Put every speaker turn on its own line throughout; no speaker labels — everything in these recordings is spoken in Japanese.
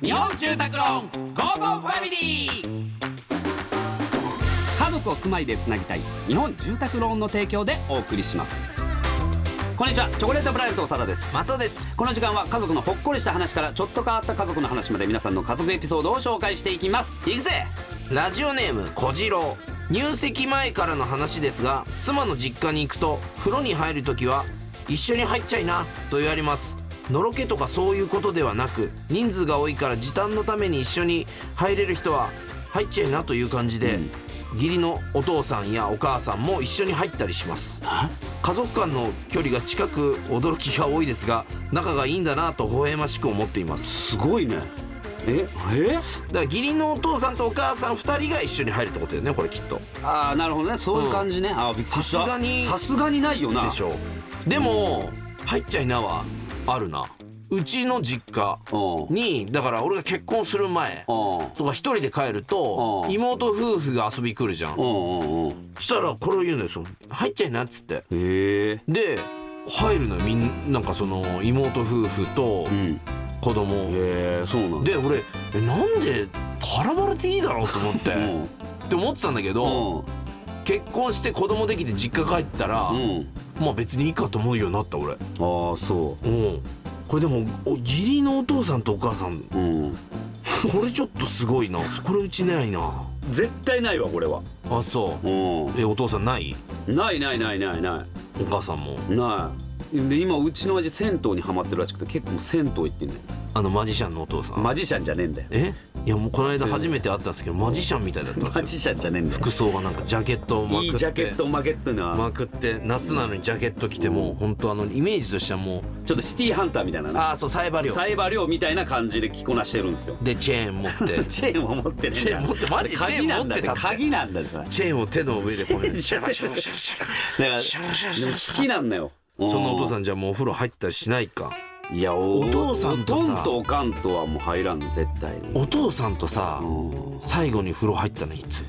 日本住宅ローンゴーゴーファミリー家族を住まいでつなぎたい日本住宅ローンの提供でお送りしますこんにちはチョコレートプライベート長田です
松尾です
この時間は家族のほっこりした話からちょっと変わった家族の話まで皆さんの家族エピソードを紹介していきます
いくぜラジオネーム小次郎入籍前からの話ですが妻の実家に行くと風呂に入る時は一緒に入っちゃいなと言われますのろけとかそういうことではなく人数が多いから時短のために一緒に入れる人は入っちゃいなという感じで、義理のお父さんやお母さんも一緒に入ったりします家族間の距離が近く驚きが多いですが仲がいいんだなと微笑ましく思っています
すごいねええ
だから義理のお父さんとお母さん2人が一緒に入るってことだよねこれきっと
ああなるほどねそういう感じね、ああびっくりした
さすがに
さすがにないよな
でしょうでも入っちゃいなはあるなうちの実家
うん
にだから俺が結婚する前
うん
とか一人で帰ると
うん
妹夫婦が遊び来るじゃん
うんうんうん
したらこれを言うんですよ入っちゃいなっつって
へえ
で入るのよみんなんかその妹夫婦と
うん
子供
へえそうなんだ
で俺えなんで払われていいだろうと思って
う
っ
ん
て思ってたんだけ
う
ど
ん
結婚して子供できて実家帰ったら、
うん
まあ別にいいかと思うようになった俺
ああそ
うんこれでもお義理のお父さんとお母さん
ううん
これちょっとすごいなこれうちないな
絶対ないわこれは
あそう
う
えお父さんない
んないないないないな
お母さんも
いないで今うちの親父銭湯にハマってるらしくて結構銭湯行ってんね
あのマジシャンのお父さん、
マジシャンじゃねえんだよ
えいやもうこの間初めて会ったんですけどマジシャンみたいだったん
マ
です
ジ
よ
シャンじゃねえんだよ
服装がなんかジャケットをまくって
いいジャケット負けってな、
まくって夏なのにジャケット着てもう本当あのイメージとしてはもう
ちょっとシティハンターみたいなな
ああそうサイバリオ
サイバー量みたいな感じで着こなしてるんですよ
でチェーン持っ て
チェーンを持ってね
チェーン持ってマジ
鍵なんだって
チェーン持ってたって
鍵なんだよそれ
チェーンを手の上でこうやっ
チ
てシ
ェ
ャ
ーン
ラシャラシャラシャラ
だから
シャラシャラ
で
シ
も
ャラ
好きなんだよ
そんなお父
ん
さんじゃもうお風呂入ったりしないか
いやお
お父さんと
お
さ
とんとおかんとはもう入らんの絶対に
お父さんとさ
うん
最後に風呂入ったのいつ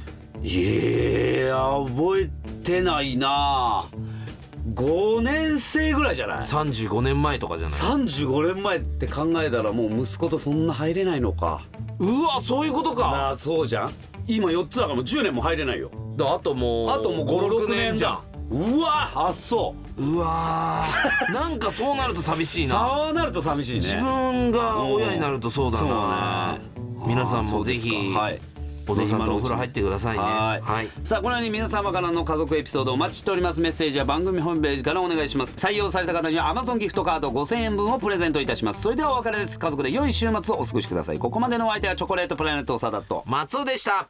いや覚えてないな5年生ぐらいじゃない
35年前とかじゃない
35年前って考えたらもう息子とそんな入れないのか
うわそういうことか
なあそうじゃん今4つだからもう10年も入れないよ
だあともう
あともう56年じゃんうわあそう
うわ ーなんかそうなると寂しいな
そうなると寂しいね
自分が親になるとそうだな
そうね
皆さん
あー
もぜ
そう
ひ
ですかはい
お父さんとお風呂入ってくださいね
はい
はい
さあこのように皆様からの家族エピソードをお待ちしておりますメッセージは番組ホームページからお願いします採用された方には Amazon ギフトカード5000円分をプレゼントいたしますそれではお別れです家族で良い週末をお過ごしくださいここまでのお相手はチョコレートプラネット長田と
松尾でした